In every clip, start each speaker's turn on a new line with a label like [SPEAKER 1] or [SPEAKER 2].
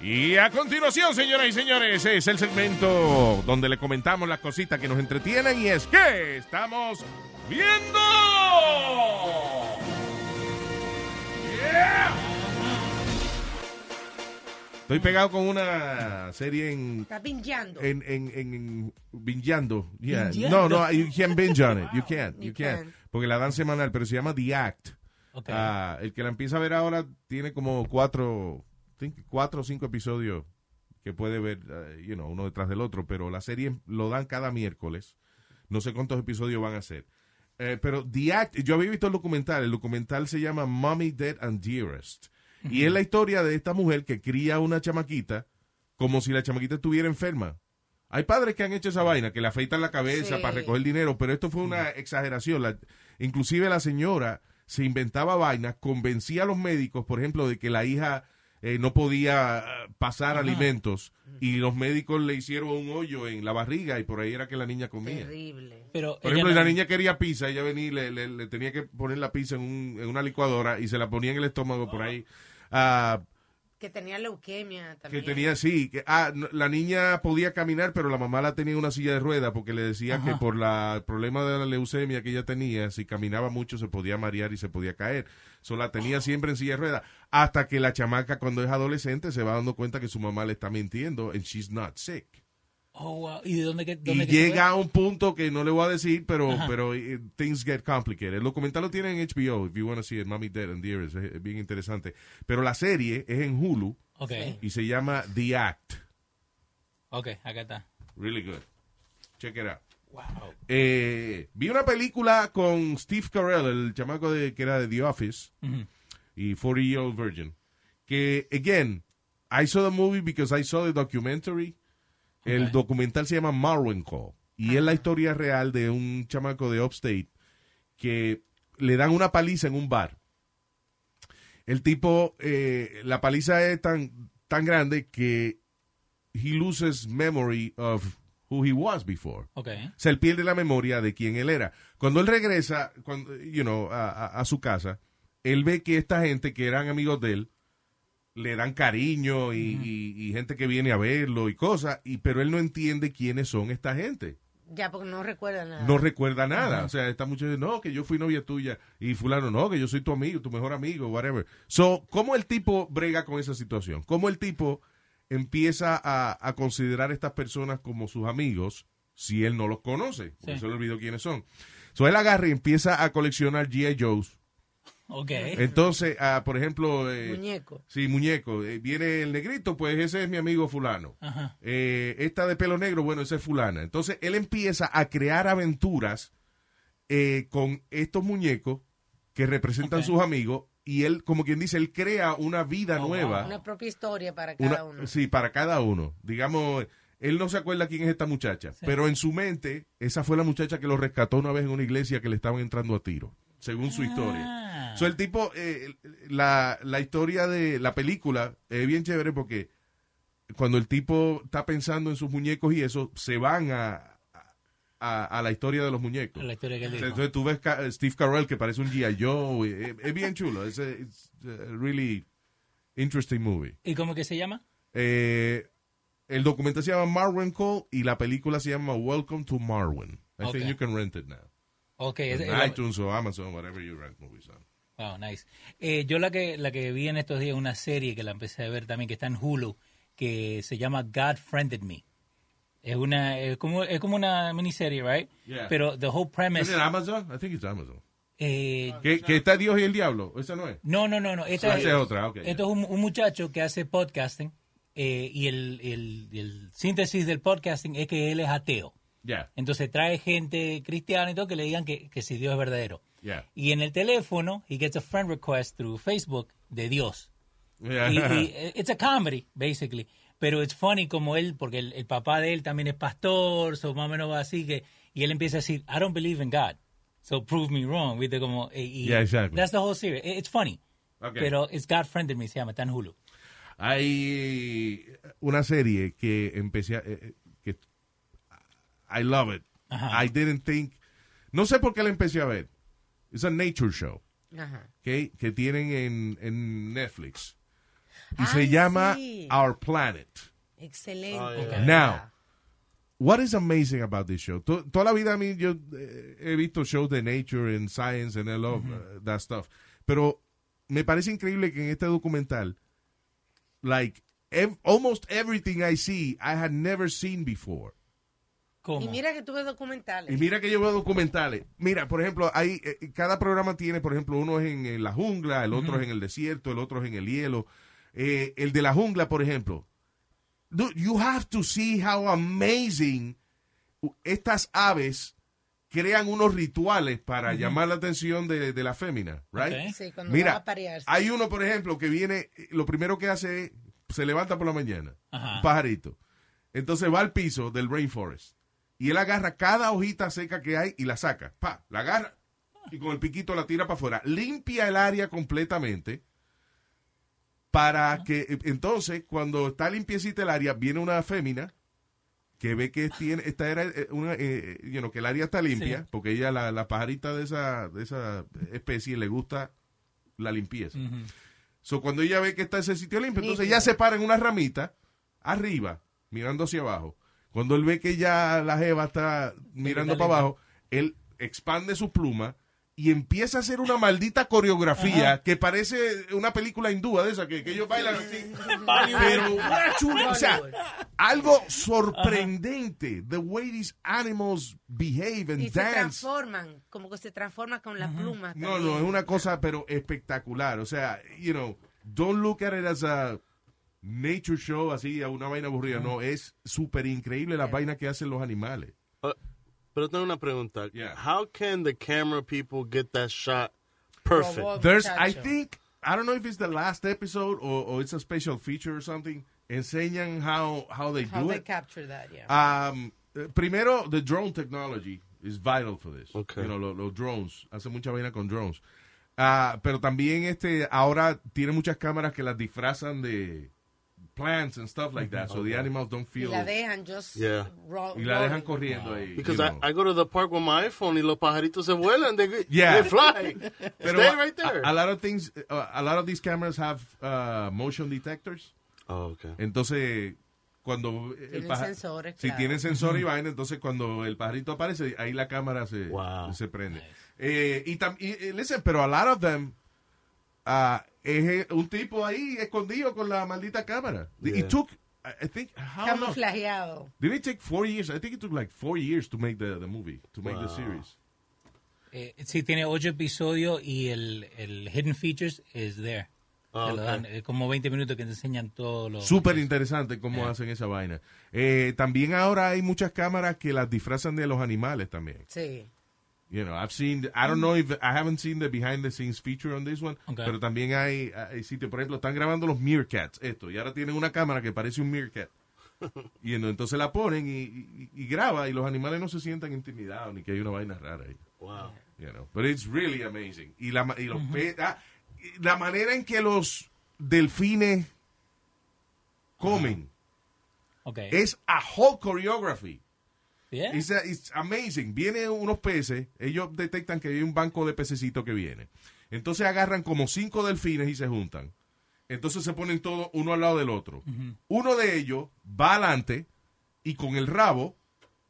[SPEAKER 1] Y a continuación, señoras y señores, es el segmento donde le comentamos las cositas que nos entretienen y es que estamos viendo. Yeah. Estoy pegado con una serie en
[SPEAKER 2] Está pinchando.
[SPEAKER 1] en en en, en bingeando. Yeah. No, no, you can't binge on it. You can't, you,
[SPEAKER 2] You
[SPEAKER 1] can't.
[SPEAKER 2] can.
[SPEAKER 1] Porque la dan semanal, pero se llama The Act.
[SPEAKER 3] Ok.
[SPEAKER 1] Ah, el que la empieza a ver ahora tiene como cuatro, think- cuatro o cinco episodios que puede ver, ah, you know, uno detrás del otro, pero la serie lo dan cada miércoles. No sé cuántos episodios van a ser. Eh, pero The Act, yo había visto el documental, el documental se llama Mommy, Dead and Dearest. Y es la historia de esta mujer que cría a una chamaquita como si la chamaquita estuviera enferma. Hay padres que han hecho esa vaina, que le afeitan la cabeza
[SPEAKER 2] Sí.
[SPEAKER 1] para recoger dinero, pero esto fue una exageración. La- inclusive la señora se inventaba vainas, convencía a los médicos, por ejemplo, de que la hija eh, no podía ah, pasar alimentos y los médicos le hicieron un hoyo en la barriga y por ahí era que la niña comía.
[SPEAKER 2] Terrible.
[SPEAKER 3] Pero
[SPEAKER 1] Por
[SPEAKER 3] ella
[SPEAKER 1] ejemplo, la
[SPEAKER 3] no-
[SPEAKER 1] niña quería pizza, ella venía y le, le- le tenía que poner la pizza en, un- en una licuadora y se la ponía en el estómago
[SPEAKER 3] Oh.
[SPEAKER 1] por ahí. Ah,
[SPEAKER 2] Que tenía leuquemia
[SPEAKER 1] que
[SPEAKER 2] también.
[SPEAKER 1] tenía, sí, que, ah, no, la niña podía caminar, pero la mamá la tenía en una silla de ruedas porque le decía que por la, el problema de la leucemia que ella tenía, si caminaba mucho se podía marear y se podía caer. So, la
[SPEAKER 3] Oh.
[SPEAKER 1] tenía siempre en silla de ruedas. Hasta que la chamaca, cuando es adolescente, se va dando cuenta que su mamá le está mintiendo and she's not sick.
[SPEAKER 3] Oh, wow. ¿Y de dónde que
[SPEAKER 1] Y
[SPEAKER 3] dónde que se
[SPEAKER 1] llega
[SPEAKER 3] ve?
[SPEAKER 1] a un punto que no le voy a decir, pero, pero eh, things get complicated. El documental lo tiene en HBO, if you want to see it, Mommy, Dead and Dearest, es, es bien interesante. Pero la serie es en Hulu
[SPEAKER 3] Ok,
[SPEAKER 1] y se llama The Act.
[SPEAKER 3] ok, acá está.
[SPEAKER 1] Really good. Check it out.
[SPEAKER 3] Wow.
[SPEAKER 1] Eh, vi una película con Steve Carell, el chamaco de, que era de The Office, y 40 Year Old Virgin. Que, again, I saw the movie because I saw the documentary. El
[SPEAKER 3] Ok.
[SPEAKER 1] documental se llama Marwin Call. Y es la historia real de un chamaco de Upstate que le dan una paliza en un bar. El tipo, eh, la paliza es tan, tan grande que he loses memory of who he was before.
[SPEAKER 3] Ok.
[SPEAKER 1] O sea, él pierde la memoria de quién él era. Cuando él regresa, cuando, you know, a, a- a su casa, él ve que esta gente que eran amigos de él le dan cariño y, y- y gente que viene a verlo y cosas, y, pero él no entiende quiénes son esta gente.
[SPEAKER 2] Ya, porque no recuerda nada.
[SPEAKER 1] No recuerda nada. O sea, esta muchacha dice, no, que yo fui novia tuya y fulano, no, que yo soy tu amigo, tu mejor amigo, whatever. So, ¿cómo el tipo brega con esa situación? ¿Cómo el tipo empieza a, a considerar a estas personas como sus amigos si él no los conoce? Porque
[SPEAKER 3] Sí.
[SPEAKER 1] se le olvidó quiénes son. So, él agarra y empieza a coleccionar G.I. Joe's.
[SPEAKER 3] Ok.
[SPEAKER 1] Entonces, ah, por ejemplo... eh,
[SPEAKER 2] Muñeco.
[SPEAKER 1] Sí, muñeco. Eh, viene el negrito, pues ese es mi amigo fulano.
[SPEAKER 3] Ajá.
[SPEAKER 1] Eh, esta de pelo negro, bueno, esa es fulana. Entonces él empieza a crear aventuras eh, con estos muñecos que representan
[SPEAKER 3] Ok.
[SPEAKER 1] sus amigos y él, como quien dice, él crea una vida
[SPEAKER 3] Oh,
[SPEAKER 1] nueva.
[SPEAKER 3] wow.
[SPEAKER 2] Una propia historia para
[SPEAKER 1] Ah. Una-
[SPEAKER 2] cada uno.
[SPEAKER 1] Sí, para cada uno. Digamos, él no se acuerda quién es esta muchacha, pero en su mente, esa fue la muchacha que lo rescató una vez en una iglesia que le estaban entrando a tiro, según
[SPEAKER 3] Ah.
[SPEAKER 1] su historia. So, el tipo, eh, la, la historia de la película es bien chévere porque cuando el tipo está pensando en sus muñecos y eso, se van a, a, a la historia de los muñecos.
[SPEAKER 3] La historia que él dijo.
[SPEAKER 1] Entonces tú ves Ca- eh, Steve Carell que parece un G.I. Joe. y Es, es bien chulo. Es eh, it's a really interesting movie.
[SPEAKER 3] ¿Y cómo que se llama?
[SPEAKER 1] Eh, el documental se llama Marwin Call y la película se llama Welcome to Marwin. I
[SPEAKER 3] Ok.
[SPEAKER 1] think you can rent it now.
[SPEAKER 3] Ok. es-
[SPEAKER 1] En
[SPEAKER 3] es-
[SPEAKER 1] iTunes o Amazon, whatever you rent movies on.
[SPEAKER 3] Wow, nice. Eh, yo la que, la que vi en estos días, una serie que la empecé a ver también, que está en Hulu, que se llama God Friended Me. Es una, es como, es como una miniserie, right?
[SPEAKER 1] Yeah.
[SPEAKER 3] Pero the whole
[SPEAKER 1] ¿Es
[SPEAKER 3] premise,
[SPEAKER 1] en Amazon? I think it's Amazon.
[SPEAKER 3] eh,
[SPEAKER 1] Que, que está Dios y el Diablo. Esa no es.
[SPEAKER 3] no, no, no, no. Esta,
[SPEAKER 1] Ah, esa es otra, ok,
[SPEAKER 3] Esto es un, un muchacho que hace podcasting eh, y el, el- el síntesis del podcasting es que él es ateo.
[SPEAKER 1] Ya,
[SPEAKER 3] Entonces trae gente cristiana y todo que le digan que, que si Dios es verdadero.
[SPEAKER 1] ya.
[SPEAKER 3] Y en el teléfono, he gets a friend request through Facebook de Dios. y, y,
[SPEAKER 1] Ya.
[SPEAKER 3] eh, it's a comedy, basically. Pero it's funny como él, porque el, el papá de él también es pastor, so más o menos va así que, y él empieza a decir, I don't believe in God, so prove me wrong, viste como, eh, y-
[SPEAKER 1] Yeah, exactly.
[SPEAKER 3] that's the whole series, It- it's funny,
[SPEAKER 1] Ok.
[SPEAKER 3] pero it's God friended me, se llama, está en Hulu.
[SPEAKER 1] Hay una serie que empecé a, eh, eh, que I love it.
[SPEAKER 3] Ajá.
[SPEAKER 1] I didn't think. No sé por qué la empecé a ver. It's a nature show.
[SPEAKER 2] Ajá.
[SPEAKER 1] ¿ok? que tienen en, en Netflix. y se
[SPEAKER 2] Ay,
[SPEAKER 1] llama
[SPEAKER 2] sí.
[SPEAKER 1] Our Planet.
[SPEAKER 2] Excelente.
[SPEAKER 3] yeah.
[SPEAKER 1] Now, what is amazing about this show? To- toda la vida a mí yo eh, he visto shows de nature and science and I love uh, that stuff. Pero me parece increíble que en este documental, like, ev- almost everything I see, I had never seen before.
[SPEAKER 3] ¿Cómo?
[SPEAKER 2] Y mira que tuve documentales.
[SPEAKER 1] Y mira que yo veo documentales. Mira, por ejemplo, hay, eh, cada programa tiene, por ejemplo, uno es en, eh, la jungla, el otro es en el desierto, el otro es en el hielo. Eh, el de la jungla, por ejemplo. Dude, you have to see how amazing estas aves crean unos rituales para llamar la atención de, de la fémina, right?
[SPEAKER 3] Ok.
[SPEAKER 2] Sí, cuando
[SPEAKER 1] Mira,
[SPEAKER 2] va a parearse.
[SPEAKER 1] Hay uno, por ejemplo, que viene, eh, lo primero que hace es, se levanta por la mañana,
[SPEAKER 3] Ajá.
[SPEAKER 1] un pajarito. Entonces va al piso del rainforest y él agarra cada hojita seca que hay y la saca. Pa, la agarra y con el piquito la tira para afuera. Limpia el área completamente para que, eh, entonces, cuando está limpiecita el área, viene una fémina que ve que tiene, esta era eh, una, eh, you know, que el área está limpia,
[SPEAKER 3] Sí.
[SPEAKER 1] porque ella, la, la pajarita de esa, de esa especie, le gusta la limpieza.
[SPEAKER 3] Ujú.
[SPEAKER 1] So, cuando ella ve que está ese sitio limpio, entonces
[SPEAKER 2] Nítido.
[SPEAKER 1] ella se para en una ramita, arriba, mirando hacia abajo. Cuando él ve que ya la jeva está mirando
[SPEAKER 3] está
[SPEAKER 1] para abajo, él expande su pluma y empieza a hacer una maldita coreografía que parece una película hindúa de esa, que, que ellos bailan así. Pero una chula, o sea,
[SPEAKER 2] Hollywood.
[SPEAKER 1] algo sorprendente. The way these animals behave and
[SPEAKER 2] y se
[SPEAKER 1] dance.
[SPEAKER 2] transforman, como que se transforman con la pluma.
[SPEAKER 1] No,
[SPEAKER 2] también.
[SPEAKER 1] no, es una cosa, pero espectacular. O sea, you know, don't look at it as a nature show, así, a una vaina aburrida. No, es súper increíble la vaina que hacen los animales.
[SPEAKER 4] Uh, pero tengo una pregunta.
[SPEAKER 1] Yeah.
[SPEAKER 4] How can the camera people get that shot perfect?
[SPEAKER 2] Robot.
[SPEAKER 1] There's, I
[SPEAKER 2] Muchacho.
[SPEAKER 1] think, I don't know if it's the last episode or, or it's a special feature or something, enseñan how, how they
[SPEAKER 2] How
[SPEAKER 1] do
[SPEAKER 2] they
[SPEAKER 1] it.
[SPEAKER 2] capture that, yeah.
[SPEAKER 1] Um, eh, primero, the drone technology is vital for this.
[SPEAKER 4] Okay.
[SPEAKER 1] You know, lo- los drones. Hace mucha vaina con drones. Ah, pero también este ahora tiene muchas cámaras que las disfrazan de plants and stuff like that. So the animals don't
[SPEAKER 2] y
[SPEAKER 1] feel...
[SPEAKER 2] la dejan just
[SPEAKER 4] Yeah.
[SPEAKER 2] ro-
[SPEAKER 1] y la dejan
[SPEAKER 2] rolling.
[SPEAKER 1] corriendo ahí.
[SPEAKER 4] Because
[SPEAKER 1] you
[SPEAKER 4] I,
[SPEAKER 1] know.
[SPEAKER 4] I go to the park with my iPhone y los pajaritos se vuelan. They,
[SPEAKER 1] Yeah.
[SPEAKER 4] they fly.
[SPEAKER 1] Pero
[SPEAKER 4] Stay right there.
[SPEAKER 1] A, a lot of things, uh, a lot of these cameras have uh, motion detectors.
[SPEAKER 4] oh, okay.
[SPEAKER 1] Entonces, cuando el
[SPEAKER 2] Tienen
[SPEAKER 1] paja-
[SPEAKER 2] sensores,
[SPEAKER 1] Si
[SPEAKER 2] claro.
[SPEAKER 1] tienen sensor y vaina, entonces cuando el pajarito aparece, ahí la cámara se,
[SPEAKER 4] Wow.
[SPEAKER 1] se prende. Eh, y, tam- y- y listen, pero a lot of them ah, es eh, un tipo ahí escondido con la maldita cámara.
[SPEAKER 4] Yeah.
[SPEAKER 1] It took, I I think, how long?
[SPEAKER 2] Camuflajeado.
[SPEAKER 1] Did it take four years? I think it took like four years to make the, the movie, to make the
[SPEAKER 4] Wow.
[SPEAKER 1] series.
[SPEAKER 3] Eh, sí, tiene ocho episodios y el, el Hidden Features is there.
[SPEAKER 4] Ah,
[SPEAKER 3] Te lo
[SPEAKER 4] ok.
[SPEAKER 3] dan, es como 20 minutos que te enseñan todo
[SPEAKER 4] Oh,
[SPEAKER 3] lo...
[SPEAKER 1] Súper interesante cómo
[SPEAKER 3] Yeah.
[SPEAKER 1] hacen esa vaina. Eh, también ahora hay muchas cámaras que las disfrazan de los animales también.
[SPEAKER 2] Sí.
[SPEAKER 1] You know, I've seen, I don't know if, I haven't seen the behind the scenes feature on this one,
[SPEAKER 3] Okay.
[SPEAKER 1] pero también hay, hay sitio, por ejemplo, están grabando los meerkats, esto, y ahora tienen una cámara que parece un meerkat. Y en- entonces la ponen y, y- y graba y los animales no se sientan intimidados ni que hay una vaina rara ahí.
[SPEAKER 4] Wow.
[SPEAKER 1] You know, but it's really amazing. Y la, ma- y los pe- ah, y la manera en que los delfines comen
[SPEAKER 3] Ok.
[SPEAKER 1] es a whole choreography.
[SPEAKER 3] Yeah.
[SPEAKER 1] It's, a- it's amazing. Vienen unos peces, ellos detectan que hay un banco de pececitos que viene. Entonces agarran como cinco delfines y se juntan. Entonces se ponen todos uno al lado del otro. Uno de ellos va adelante y con el rabo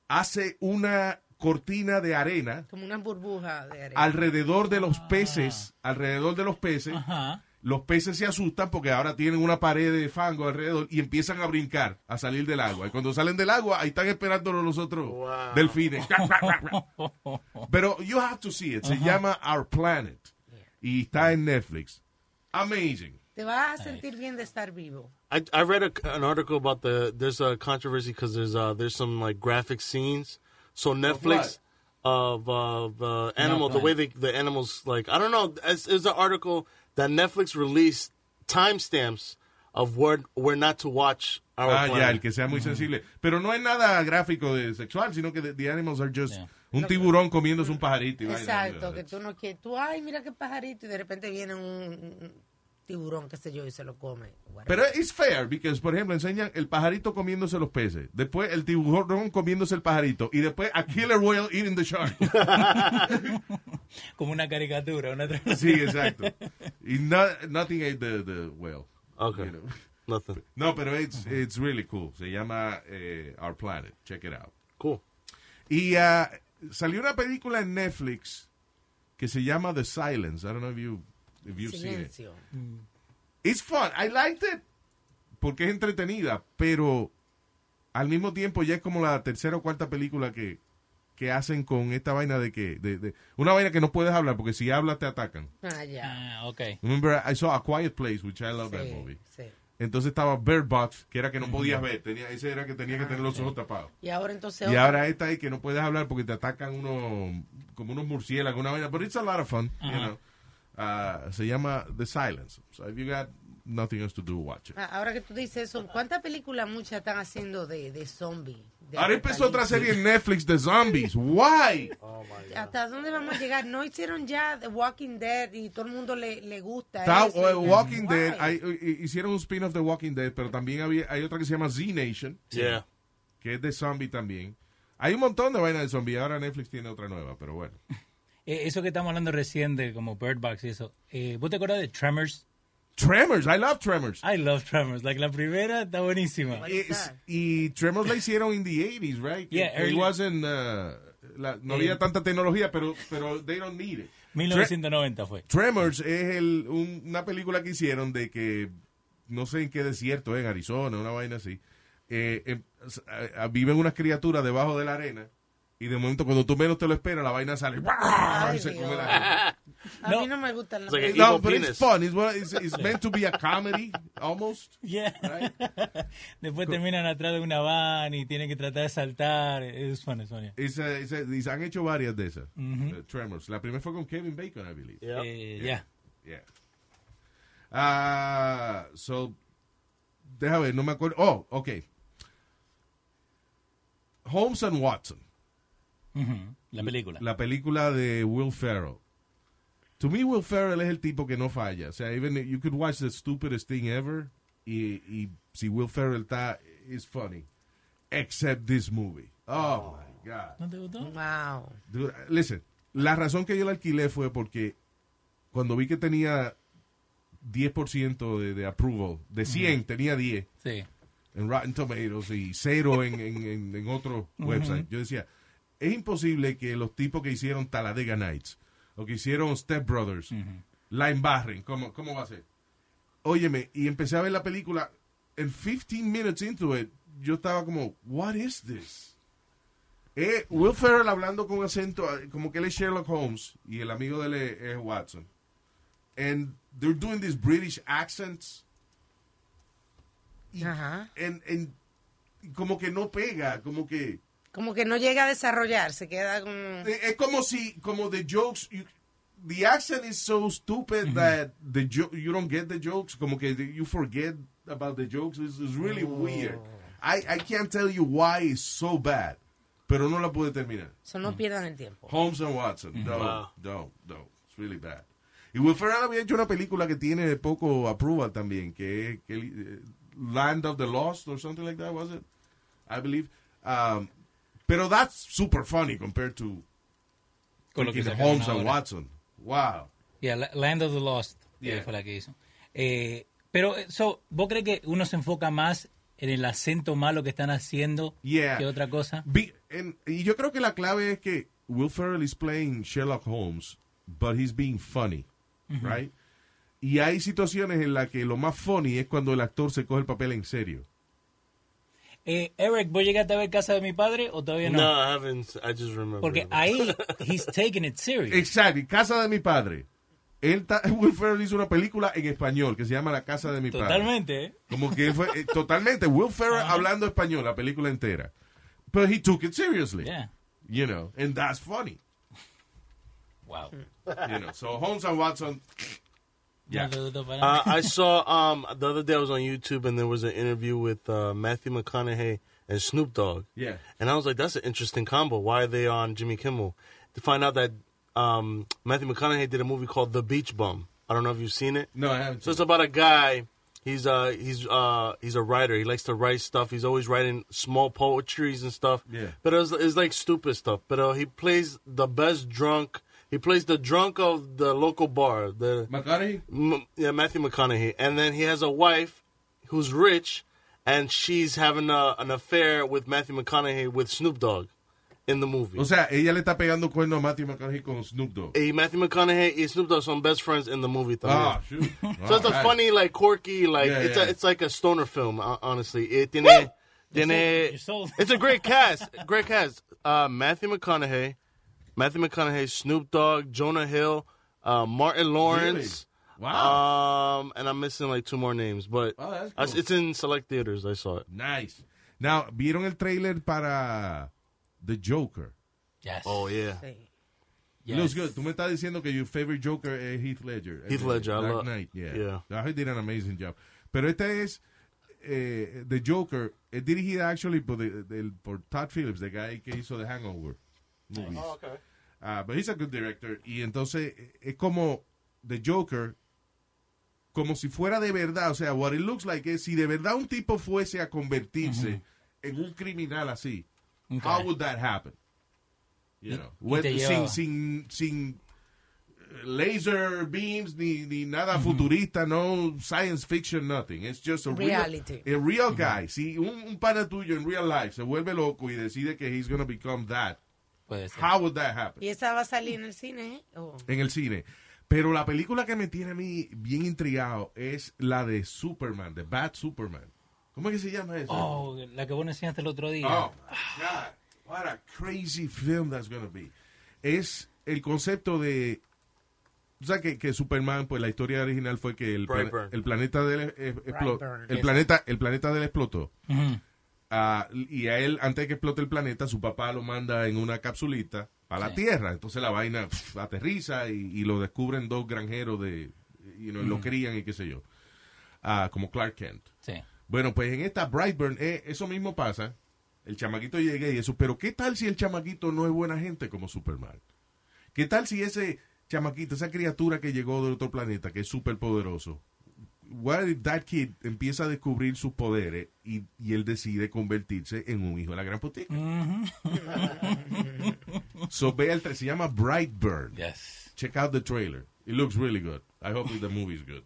[SPEAKER 1] hace una cortina de arena
[SPEAKER 2] Como una burbuja de arena.
[SPEAKER 1] alrededor de los peces, alrededor de los peces.
[SPEAKER 3] Ajá.
[SPEAKER 1] Los peces se asustan porque ahora tienen una pared de fango alrededor y empiezan a brincar, a salir del agua. Y cuando salen del agua, ahí están esperándolos los otros
[SPEAKER 4] Wow.
[SPEAKER 1] delfines. Pero you have to see it. Se llama Our Planet. Y está en Netflix. Amazing.
[SPEAKER 2] Te vas a sentir bien de estar vivo.
[SPEAKER 4] I, I read a, an article about the there's a controversy because there's uh there's some like graphic scenes. So Netflix of of uh, animal the way they the animals like I don't know it's, it's an article that Netflix released timestamps of where where not to watch our
[SPEAKER 1] Ah, ya,
[SPEAKER 4] planet.
[SPEAKER 1] el que sea muy sensible. Pero no es nada gráfico de sexual, sino que the, the animals are just
[SPEAKER 3] Yeah.
[SPEAKER 1] un tiburón comiéndose un pajarito. y vaina.
[SPEAKER 2] Exacto, que tú no quieres. Tú, ay, mira qué pajarito. Y de repente viene un tiburón, qué sé yo, y se lo come. Whatever.
[SPEAKER 1] Pero es fair, porque, por ejemplo, enseñan el pajarito comiéndose los peces, después el tiburón comiéndose el pajarito, y después a killer whale eating the shark.
[SPEAKER 3] Como una caricatura, una tra-
[SPEAKER 1] Sí, exacto. Y no- nothing ate the, the whale.
[SPEAKER 4] Okay. Nothing.
[SPEAKER 1] No, pero it's, it's really cool. Se llama eh, Our Planet. Check it out.
[SPEAKER 4] Cool.
[SPEAKER 1] Y ah, salió una película en Netflix que se llama The Silence. I don't know if, you, if you've seen it.
[SPEAKER 2] Silencio.
[SPEAKER 1] It's fun. I liked it. Porque es entretenida, pero al mismo tiempo ya es como la tercera o cuarta película que, que hacen con esta vaina de que... De, de- una vaina que no puedes hablar, porque si hablas te atacan.
[SPEAKER 2] Ah, ya.
[SPEAKER 3] Ah, ok.
[SPEAKER 1] Remember, I saw A Quiet Place, which I love that
[SPEAKER 2] Sí,
[SPEAKER 1] movie.
[SPEAKER 2] sí.
[SPEAKER 1] Entonces estaba Bird Box, que era que no podías ver. Tenía, ese era que tenía que tener los ojos tapados.
[SPEAKER 2] Y ahora entonces.
[SPEAKER 1] Y ahora esta es que no puedes hablar porque te atacan unos, como unos murciélagos, una vaina. But it's a lot of fun, you know. Ah, se llama The Silence. So if you got nothing else to do, watch it.
[SPEAKER 2] Ah, Ahora que tú dices eso, ¿cuántas películas muchas están haciendo de, de zombies? De
[SPEAKER 1] Ahora empezó otra serie
[SPEAKER 2] apocalipsis?
[SPEAKER 1] en Netflix de zombies. Why?
[SPEAKER 2] ¿Hasta dónde vamos a llegar? No hicieron ya The Walking Dead y todo el mundo le, le gusta.
[SPEAKER 1] Está-
[SPEAKER 2] eso.
[SPEAKER 1] eh, Walking
[SPEAKER 2] Why?
[SPEAKER 1] Dead. hay- eh, hicieron un spin-off de Walking Dead, pero también había, hay otra que se llama Z Nation,
[SPEAKER 4] Yeah.
[SPEAKER 1] que es de zombie también. Hay un montón de vainas de zombie. Ahora Netflix tiene otra nueva, pero bueno.
[SPEAKER 3] Eh, eso que estamos hablando recién de como Bird Box y eso. Eh, ¿Vos te acuerdas de Tremors?
[SPEAKER 1] Tremors. I love Tremors.
[SPEAKER 2] Ah,
[SPEAKER 3] I love Tremors. Like, la primera está buenísima.
[SPEAKER 2] What is
[SPEAKER 1] Es-
[SPEAKER 2] that?
[SPEAKER 1] y Tremors la hicieron in the 80s, right?
[SPEAKER 3] Yeah,
[SPEAKER 1] It- it
[SPEAKER 3] early-
[SPEAKER 1] wasn't, uh, la- no había
[SPEAKER 3] Eh,
[SPEAKER 1] tanta tecnología, pero, pero they don't need it.
[SPEAKER 3] 1990 fue.
[SPEAKER 1] Tremors es el, un- una película que hicieron de que, no sé en qué desierto, eh, en Arizona, una vaina así. Eh, em- s- a- a- viven unas criaturas debajo de la arena y de momento cuando tú menos te lo esperas, la vaina sale ¡bra! y se come la gente.
[SPEAKER 2] A mí no me gustan las
[SPEAKER 4] It's like a-
[SPEAKER 1] No,
[SPEAKER 4] Evil
[SPEAKER 1] pero it's
[SPEAKER 4] penis.
[SPEAKER 1] fun. It's, what- it's- it's meant to be a comedy, almost.
[SPEAKER 3] Yeah.
[SPEAKER 1] Right.
[SPEAKER 3] Después terminan atrás de una van y tienen que tratar de saltar. Es funny, Sonia.
[SPEAKER 1] Esa- esa- y se han hecho varias de esas. eh, Tremors. La primera fue con Kevin Bacon, I believe.
[SPEAKER 4] Yeah.
[SPEAKER 3] Eh, yeah.
[SPEAKER 1] Yeah. Ah, so, deja ver, no me acuerdo. Oh, ok. Holmes and Watson,
[SPEAKER 3] Ujú. La película.
[SPEAKER 1] la película de Will Ferrell. To me, Will Ferrell es el tipo que no falla. O sea, even if you could watch the stupidest thing ever, y, y si Will Ferrell está, it's funny. Except this movie. oh. my God.
[SPEAKER 3] ¿No te gustó?
[SPEAKER 2] Wow.
[SPEAKER 1] Dude, listen, la razón que yo la alquilé fue porque cuando vi que tenía 10% de, de approval, de 100 tenía 10
[SPEAKER 3] Sí.
[SPEAKER 1] en Rotten Tomatoes y 0 en, en, en- en otro website, yo decía, es imposible que los tipos que hicieron Talladega Nights o que hicieron Step Brothers la embarren. ¿Cómo, ¿Cómo va a ser? Óyeme, y empecé a ver la película, en 15 minutes into it, yo estaba como, what is this? Eh, Will Ferrell hablando con acento, eh, como que él es Sherlock Holmes y el amigo de él es, es Watson. And they're doing these British accents. Y,
[SPEAKER 2] Ajá.
[SPEAKER 1] en- en- como que no pega, como que...
[SPEAKER 2] Como que no llega a desarrollar, se queda con.
[SPEAKER 1] Eh, Es como si, como the jokes, you- the accent is so stupid that the jo you don't get the jokes, como que the- you forget about the jokes. It's, it's really weird. I, I can't tell you why it's so bad, pero no la pude terminar.
[SPEAKER 2] Eso no pierdan el tiempo.
[SPEAKER 1] Holmes and Watson,
[SPEAKER 3] Mm-hmm.
[SPEAKER 1] no,
[SPEAKER 4] Wow.
[SPEAKER 1] no, no, it's really bad. Y Will Ferrell había hecho una película que tiene poco approval también, que es que, eh, Land of the Lost or something like that, was it? I believe. Um, pero that's super funny compared to
[SPEAKER 3] Con lo que
[SPEAKER 1] Freaking
[SPEAKER 3] sacaron
[SPEAKER 1] Holmes and
[SPEAKER 3] ahora.
[SPEAKER 1] Watson. Wow.
[SPEAKER 3] Yeah, La- Land of the Lost eh,
[SPEAKER 1] Yeah.
[SPEAKER 3] fue la que hizo. Eh, pero, eh, so, ¿vos crees que uno se enfoca más en el acento malo que están haciendo
[SPEAKER 1] Yeah.
[SPEAKER 3] que otra cosa?
[SPEAKER 1] Be- and- y yo creo que la clave es que Will Ferrell is playing Sherlock Holmes, but he's being funny,
[SPEAKER 3] Mm-hmm.
[SPEAKER 1] right? Y hay situaciones en las que lo más funny es cuando el actor se coge el papel en serio.
[SPEAKER 3] Eh, Eric, ¿vos llegaste a ver Casa de mi padre o todavía no?
[SPEAKER 4] No, I haven't. I just remember.
[SPEAKER 3] Porque
[SPEAKER 4] it.
[SPEAKER 3] ahí, he's taking it serious.
[SPEAKER 1] Exacto, y Casa de mi padre. Él ta- Will Ferrell hizo una película en español que se llama La Casa de mi padre.
[SPEAKER 3] Totalmente. eh.
[SPEAKER 1] Como que él fue eh, totalmente Will Ferrell hablando español la película entera. Pero he took it seriously.
[SPEAKER 3] Yeah.
[SPEAKER 1] You know, and that's funny.
[SPEAKER 3] Wow.
[SPEAKER 1] you know. So Holmes and Watson. Yeah.
[SPEAKER 3] No te gustó para
[SPEAKER 4] Uh,
[SPEAKER 3] nada.
[SPEAKER 4] I saw um the other day I was on YouTube and there was an interview with uh, Matthew McConaughey and Snoop Dogg.
[SPEAKER 1] Yeah.
[SPEAKER 4] And I was like, that's an interesting combo. Why are they on Jimmy Kimmel? To find out that um, Matthew McConaughey did a movie called The Beach Bum. I don't know if you've seen it.
[SPEAKER 1] No, eh, I haven't.
[SPEAKER 4] So
[SPEAKER 1] seen
[SPEAKER 4] it's about a guy. He's uh he's uh he's a writer. He likes to write stuff. He's always writing small poetries and stuff.
[SPEAKER 1] Yeah.
[SPEAKER 4] But it's, it's like stupid stuff. But uh, he plays the best drunk. He plays the drunk of the local bar, the
[SPEAKER 1] McCarthy?
[SPEAKER 4] M- yeah, Matthew McConaughey, and then he has a wife who's rich, and she's having a, an affair with Matthew McConaughey with Snoop Dogg in the movie.
[SPEAKER 1] O sea, ella le está pegando cuerno a Matthew McConaughey con Snoop Dogg.
[SPEAKER 4] Eh, Matthew McConaughey and Snoop Dogg son best friends in the movie.
[SPEAKER 1] Ah,
[SPEAKER 4] también.
[SPEAKER 1] shoot.
[SPEAKER 4] so it's a
[SPEAKER 1] Alright.
[SPEAKER 4] funny, like quirky, like
[SPEAKER 1] Yeah,
[SPEAKER 4] it's
[SPEAKER 1] yeah.
[SPEAKER 4] A, it's like a stoner film. ho- Honestly, it tiene,
[SPEAKER 3] You're
[SPEAKER 4] tiene,
[SPEAKER 3] sold.
[SPEAKER 4] it's a great cast. Great cast. Uh, Matthew McConaughey, Matthew McConaughey, Snoop Dogg, Jonah Hill, uh, Martin Lawrence.
[SPEAKER 1] Really? Wow.
[SPEAKER 4] Um, and I'm missing like two more names, but
[SPEAKER 1] Oh, that's
[SPEAKER 4] I-
[SPEAKER 1] cool.
[SPEAKER 4] it's in select theaters. I saw it.
[SPEAKER 1] Nice. Now, ¿vieron el trailer para The Joker?
[SPEAKER 3] Yes.
[SPEAKER 4] Oh yeah.
[SPEAKER 2] Sí.
[SPEAKER 3] Yes.
[SPEAKER 1] Looks good. Tú me estás diciendo que your favorite Joker es Heath Ledger.
[SPEAKER 4] Heath
[SPEAKER 1] Eh,
[SPEAKER 4] Ledger, I
[SPEAKER 1] Dark
[SPEAKER 4] love-
[SPEAKER 1] Knight, yeah.
[SPEAKER 4] yeah.
[SPEAKER 1] I heard he did an amazing job. Pero esta es eh, The Joker. Es dirigida actually por, the- del- por Todd Phillips, the guy que hizo The Hangover movies.
[SPEAKER 4] okay.
[SPEAKER 1] Ah, but he's a good director. Y entonces eh, es como The Joker, como si fuera de verdad. O sea, what it looks like es si de verdad un tipo fuese a convertirse en un criminal así.
[SPEAKER 3] Ok.
[SPEAKER 1] How would that happen? You
[SPEAKER 3] Y-
[SPEAKER 1] know,
[SPEAKER 3] y te
[SPEAKER 1] with- sin,
[SPEAKER 3] lleva-
[SPEAKER 1] sin, sin eh, laser beams ni, ni nada futurista, no science fiction, nothing. It's just a
[SPEAKER 2] Reality.
[SPEAKER 1] Real, a real guy. Si un, un pana tuyo en real life se vuelve loco y decide que he's going to become that,
[SPEAKER 3] Puede ser.
[SPEAKER 1] how would that happen?
[SPEAKER 2] Y esa va a salir en el cine, ¿eh? Oh.
[SPEAKER 1] en el cine. Pero la película que me tiene a mí bien intrigado es la de Superman, de Bad Superman. ¿Cómo es que se llama eso?
[SPEAKER 3] Oh, la que vos nos enseñaste el otro día.
[SPEAKER 1] Oh, my God. What a crazy film that's gonna be. Es el concepto de... O sea, que, que Superman, pues la historia original fue que el, plane-
[SPEAKER 4] Brightburn.
[SPEAKER 1] el planeta de él eh, eh, explo-
[SPEAKER 2] Brightburn.
[SPEAKER 1] el planeta el planeta de él explotó.
[SPEAKER 3] Ujú.
[SPEAKER 1] Ah, y a él, antes de que explote el planeta, su papá lo manda en una capsulita para la
[SPEAKER 3] Sí.
[SPEAKER 1] Tierra. Entonces la vaina pf, aterriza y, y lo descubren dos granjeros de... y no, lo crían y qué sé yo. Ah, como Clark Kent.
[SPEAKER 3] Sí.
[SPEAKER 1] Bueno, pues en esta Brightburn, eh, eso mismo pasa. El chamaquito llega y eso. Pero ¿qué tal si el chamaquito no es buena gente como Superman? ¿Qué tal si ese chamaquito, esa criatura que llegó de otro planeta, que es súper poderoso, what if that kid empieza a descubrir sus poderes y, y él decide convertirse en un hijo de la gran putica? so ve el tra- se llama Brightburn.
[SPEAKER 3] Yes.
[SPEAKER 1] Check out the trailer. It looks really good. I hope the movie is good.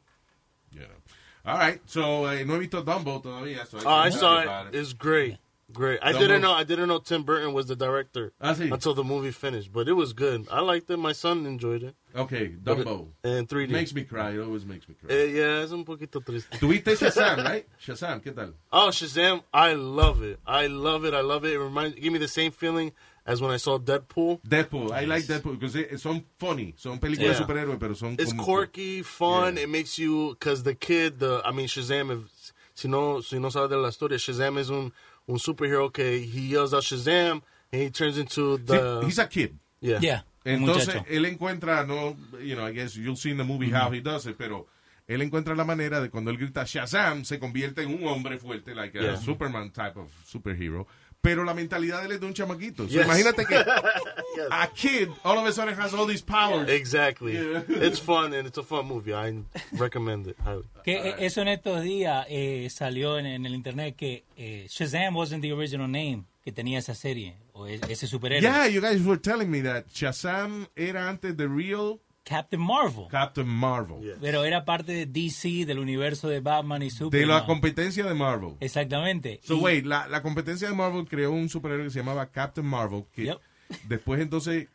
[SPEAKER 1] You know. All right, so eh, no he visto Dumbo todavía. So
[SPEAKER 4] Oh, I
[SPEAKER 1] can't
[SPEAKER 4] saw
[SPEAKER 1] talk about
[SPEAKER 4] it. It's great. Great. I
[SPEAKER 1] The movie-
[SPEAKER 4] didn't know. I didn't know Tim Burton was the director
[SPEAKER 1] Ah, sí.
[SPEAKER 4] until the movie finished. But it was good. I liked it. My son enjoyed it.
[SPEAKER 1] Okay, Dumbo.
[SPEAKER 4] And
[SPEAKER 1] It
[SPEAKER 4] 3D.
[SPEAKER 1] makes me cry. It always makes me
[SPEAKER 4] Eh,
[SPEAKER 1] cry.
[SPEAKER 4] yeah, es un poquito triste.
[SPEAKER 1] Tuviste Shazam, right? Shazam, ¿qué tal?
[SPEAKER 4] Oh, Shazam! I love it. I love it. I love it. It reminds, give me the same feeling as when I saw Deadpool.
[SPEAKER 1] Deadpool. I like Deadpool because they- son funny. Son películas de
[SPEAKER 4] Yeah.
[SPEAKER 1] superhéroes, pero son
[SPEAKER 4] It's
[SPEAKER 1] como-
[SPEAKER 4] quirky, fun.
[SPEAKER 1] Yeah.
[SPEAKER 4] It makes you because the kid. The I mean, Shazam. If si no, si no sabe de la historia, Shazam is un un superhero que he yells out Shazam and he turns into
[SPEAKER 1] Sí,
[SPEAKER 4] the
[SPEAKER 1] he's a kid.
[SPEAKER 4] yeah.
[SPEAKER 3] Yeah. un
[SPEAKER 1] Entonces, eh,
[SPEAKER 3] muchacho.
[SPEAKER 1] él encuentra, no, you know, I guess you'll see in the movie how he does it, pero él encuentra la manera de cuando él grita Shazam, se convierte en un hombre fuerte, like a
[SPEAKER 4] Yeah.
[SPEAKER 1] Superman type of superhero. Pero la mentalidad de él es de un chamaquito. So,
[SPEAKER 4] Yes.
[SPEAKER 1] imagínate que
[SPEAKER 4] Yes.
[SPEAKER 1] a kid all of a sudden has all these powers.
[SPEAKER 4] Exactly.
[SPEAKER 1] Yeah.
[SPEAKER 4] it's fun and it's a fun movie. I recommend it highly.
[SPEAKER 3] Que eh, eso en estos días eh, salió en, en el internet que eh, Shazam wasn't the original name que tenía esa serie o e- ese superhéroe.
[SPEAKER 1] Yeah, you guys were telling me that Shazam era antes de real
[SPEAKER 3] Captain Marvel.
[SPEAKER 1] Captain Marvel.
[SPEAKER 4] Yeah.
[SPEAKER 3] pero era parte de DC, del universo de Batman y
[SPEAKER 1] De
[SPEAKER 3] Superman.
[SPEAKER 1] la competencia de Marvel.
[SPEAKER 3] Exactamente.
[SPEAKER 1] So,
[SPEAKER 3] Y-
[SPEAKER 1] wait, la, la competencia de Marvel creó un superhéroe que se llamaba Captain Marvel. Que
[SPEAKER 3] Yep.
[SPEAKER 1] Después, entonces,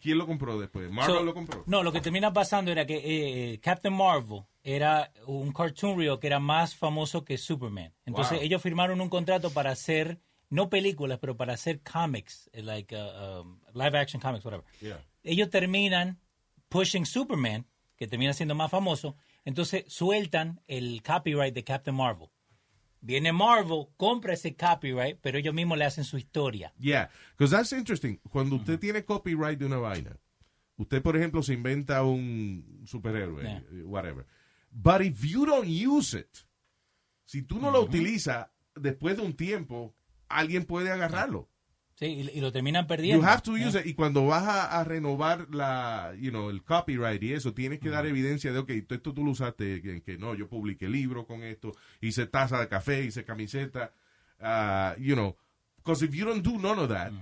[SPEAKER 1] ¿quién lo compró después? Marvel
[SPEAKER 3] so-
[SPEAKER 1] lo compró.
[SPEAKER 3] No, lo que termina pasando era que eh, eh, Captain Marvel era un cartoon reel que era más famoso que Superman. Entonces
[SPEAKER 1] Wow.
[SPEAKER 3] ellos firmaron un contrato para hacer, no películas, pero para hacer comics, eh, like uh, um, live action comics, whatever.
[SPEAKER 1] Yeah.
[SPEAKER 3] ellos terminan pushing Superman, que termina siendo más famoso, entonces sueltan el copyright de Captain Marvel. Viene Marvel, compra ese copyright, pero ellos mismos le hacen su historia.
[SPEAKER 1] Yeah, because that's interesting. Cuando usted tiene copyright de una vaina, usted, por ejemplo, se inventa un superhéroe,
[SPEAKER 3] Yeah.
[SPEAKER 1] eh, whatever. But if you don't use it, si tú
[SPEAKER 3] Mm,
[SPEAKER 1] no lo utilizas, después de un tiempo, alguien puede agarrarlo.
[SPEAKER 3] Sí, y, y lo terminan perdiendo.
[SPEAKER 1] You have to use it. Y cuando vas a, a renovar la, you know, el copyright y eso, tienes que dar evidencia de, ok, tú- esto tú lo usaste, que, que no, yo publiqué libro con esto, hice taza de café, hice camiseta, uh, ah, you know, because if you don't do none of that,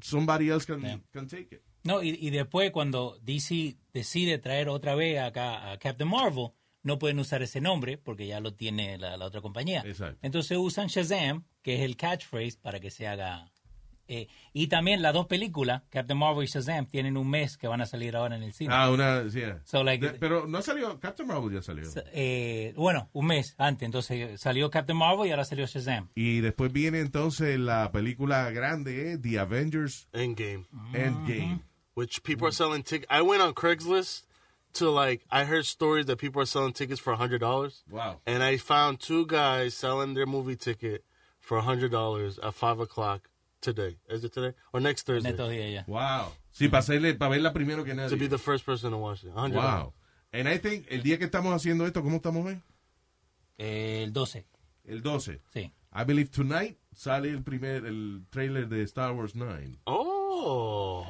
[SPEAKER 1] somebody else can,
[SPEAKER 3] Yeah.
[SPEAKER 1] can take it.
[SPEAKER 3] No, y, y después cuando DC decide traer otra vez acá a Captain Marvel, no pueden usar ese nombre porque ya lo tiene la, la otra compañía.
[SPEAKER 1] Exacto.
[SPEAKER 3] Entonces usan Shazam, que es el catchphrase para que se haga... eh, y también las dos películas, Captain Marvel y Shazam, tienen un mes que van a salir ahora en el cine.
[SPEAKER 1] Ah, una, sí. yeah.
[SPEAKER 3] So, like-
[SPEAKER 1] De- pero no salió, Captain Marvel ya salió.
[SPEAKER 3] Eh, bueno, un mes antes. Entonces salió Captain Marvel y ahora salió Shazam.
[SPEAKER 1] Y después viene entonces la película grande, eh, The Avengers
[SPEAKER 4] Endgame,
[SPEAKER 1] Endgame.
[SPEAKER 4] which people are selling tickets. I went on Craigslist to like I heard stories that people are selling tickets for hundred dollars,
[SPEAKER 1] Wow.
[SPEAKER 4] and I found two guys selling their movie ticket for hundred dollars at five o'clock today. Is it today or next
[SPEAKER 3] En
[SPEAKER 4] Thursday?
[SPEAKER 3] estos días ya.
[SPEAKER 1] Wow. Sí, para, hacerle, para verla primero que
[SPEAKER 4] To be
[SPEAKER 1] nadie.
[SPEAKER 4] the first person to watch it. $100.
[SPEAKER 1] Wow. And I think, el día que estamos haciendo esto, ¿cómo estamos hoy?
[SPEAKER 3] Eh, el 12,
[SPEAKER 1] El 12.
[SPEAKER 3] sí.
[SPEAKER 1] I believe tonight sale el primer, el trailer de Star Wars 9.
[SPEAKER 4] Oh,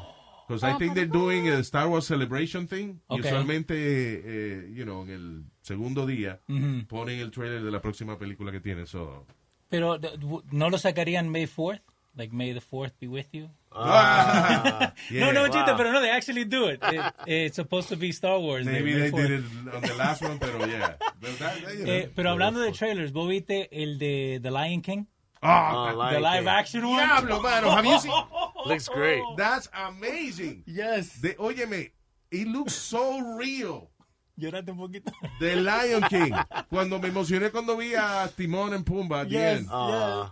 [SPEAKER 1] Because I think they're doing a Star Wars celebration thing. Y
[SPEAKER 3] Ok.
[SPEAKER 1] usualmente, eh, you know, en el segundo día
[SPEAKER 3] Ujú.
[SPEAKER 1] ponen el trailer de la próxima película que tienen. So.
[SPEAKER 3] Pero d- w- no lo sacarían May 4th? Like May the 4th be with you?
[SPEAKER 1] Yeah.
[SPEAKER 3] no, no, chiste, pero no, they actually do it. It- it's supposed to be Star Wars. Day,
[SPEAKER 1] Maybe
[SPEAKER 3] May
[SPEAKER 1] they
[SPEAKER 3] 4th.
[SPEAKER 1] did it on the last one, pero yeah. But that- you know.
[SPEAKER 3] Eh, pero hablando de trailers, ¿vos viste el de The Lion King?
[SPEAKER 1] Ah,
[SPEAKER 4] Oh,
[SPEAKER 3] The
[SPEAKER 4] Lion
[SPEAKER 3] live
[SPEAKER 4] King.
[SPEAKER 3] action Oh. one?
[SPEAKER 1] diablo, mano. Have you seen?
[SPEAKER 4] looks great.
[SPEAKER 1] That's amazing.
[SPEAKER 3] Yes.
[SPEAKER 1] De, óyeme, it looks so real.
[SPEAKER 3] Lloraste un poquito.
[SPEAKER 1] The Lion King. Cuando me emocioné cuando vi a Timón en Pumba. at the end.
[SPEAKER 4] Uh,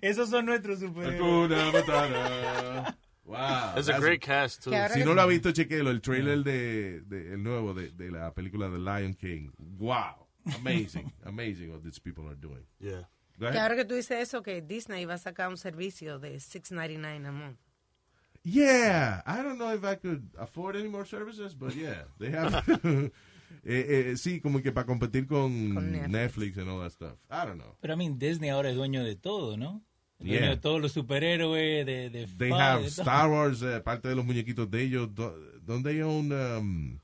[SPEAKER 3] Esos son nuestros superhéroes.
[SPEAKER 1] Hakuna Matata. Wow.
[SPEAKER 4] it's a
[SPEAKER 1] that's-
[SPEAKER 4] great cast too.
[SPEAKER 2] Que ahora-
[SPEAKER 1] Si no lo ha visto, chequelo. El trailer de, de- el nuevo de, de la película The Lion King. Wow. Amazing. amazing what these people are doing.
[SPEAKER 4] Yeah.
[SPEAKER 1] Go
[SPEAKER 2] Que
[SPEAKER 1] ahead.
[SPEAKER 2] ahora que tú dices eso, que Disney va a sacar un servicio de $6.99 a month.
[SPEAKER 1] Yeah, I don't know if I could afford any more services, but yeah, they have. eh, eh, sí, como que para competir con,
[SPEAKER 2] Con
[SPEAKER 1] Netflix.
[SPEAKER 2] Netflix.
[SPEAKER 1] and all that stuff. I don't know.
[SPEAKER 3] Pero I mean, Disney ahora es dueño de todo, ¿no? Dueño
[SPEAKER 1] Yeah.
[SPEAKER 3] de todos los superhéroes, de, de
[SPEAKER 1] They
[SPEAKER 3] Fox,
[SPEAKER 1] have
[SPEAKER 3] de todo.
[SPEAKER 1] Star Wars, eh, parte de los muñequitos de ellos. Do, donde they own, um,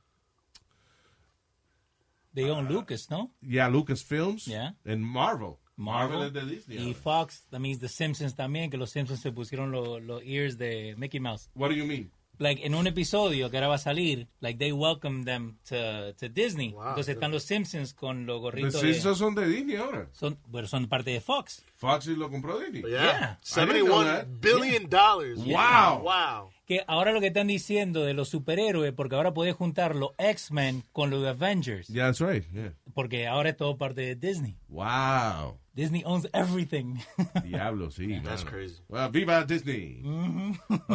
[SPEAKER 3] They own Lucas, ¿no?
[SPEAKER 1] yeah, Lucasfilms
[SPEAKER 3] Yeah.
[SPEAKER 1] and Marvel.
[SPEAKER 3] Marvel,
[SPEAKER 1] es de Disney.
[SPEAKER 3] y
[SPEAKER 1] ahora.
[SPEAKER 3] Fox, that means The Simpsons también, que los Simpsons se pusieron lo- los ears de Mickey Mouse.
[SPEAKER 1] What do you mean?
[SPEAKER 3] like en un episodio que ahora va a salir, like they welcome them to, to Disney.
[SPEAKER 4] Wow.
[SPEAKER 3] Entonces están los Simpsons con los
[SPEAKER 1] Los
[SPEAKER 3] gorritos de,
[SPEAKER 1] Simpsons son de Disney ahora.
[SPEAKER 3] son, pero son parte de Fox.
[SPEAKER 1] Foxy lo compró Disney.
[SPEAKER 4] Oh, Yeah.
[SPEAKER 3] Yeah.
[SPEAKER 4] Seventy-one
[SPEAKER 1] that.
[SPEAKER 4] billion dollars.
[SPEAKER 1] Wow.
[SPEAKER 4] Wow.
[SPEAKER 3] Que ahora lo que están diciendo de los superhéroes, porque ahora podés juntar los X-Men con los Avengers,
[SPEAKER 1] Yeah, that's right. Yeah.
[SPEAKER 3] porque ahora es todo parte de Disney.
[SPEAKER 1] Wow.
[SPEAKER 3] Disney owns everything.
[SPEAKER 1] Diablo, sí.
[SPEAKER 4] That's
[SPEAKER 1] mano.
[SPEAKER 4] crazy.
[SPEAKER 1] Well, viva Disney.
[SPEAKER 3] Mm-hmm.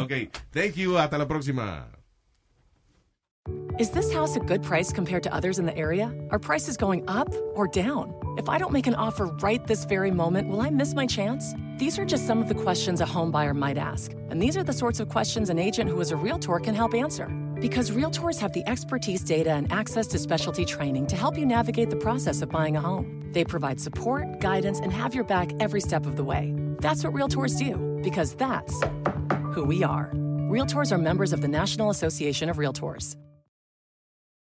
[SPEAKER 1] ok, thank you. Hasta la próxima.
[SPEAKER 5] Is this house a good price compared to others in the area? Are prices going up or down? If I don't make an offer right this very moment, will I miss my chance? These are just some of the questions a home buyer might ask, and these are the sorts of questions an agent who is a realtor can help answer. Because realtors have the expertise, data, and access to specialty training to help you navigate the process of buying a home. They provide support, guidance, and have your back every step of the way. That's what realtors do, because that's who we are. Realtors are members of the National Association of Realtors.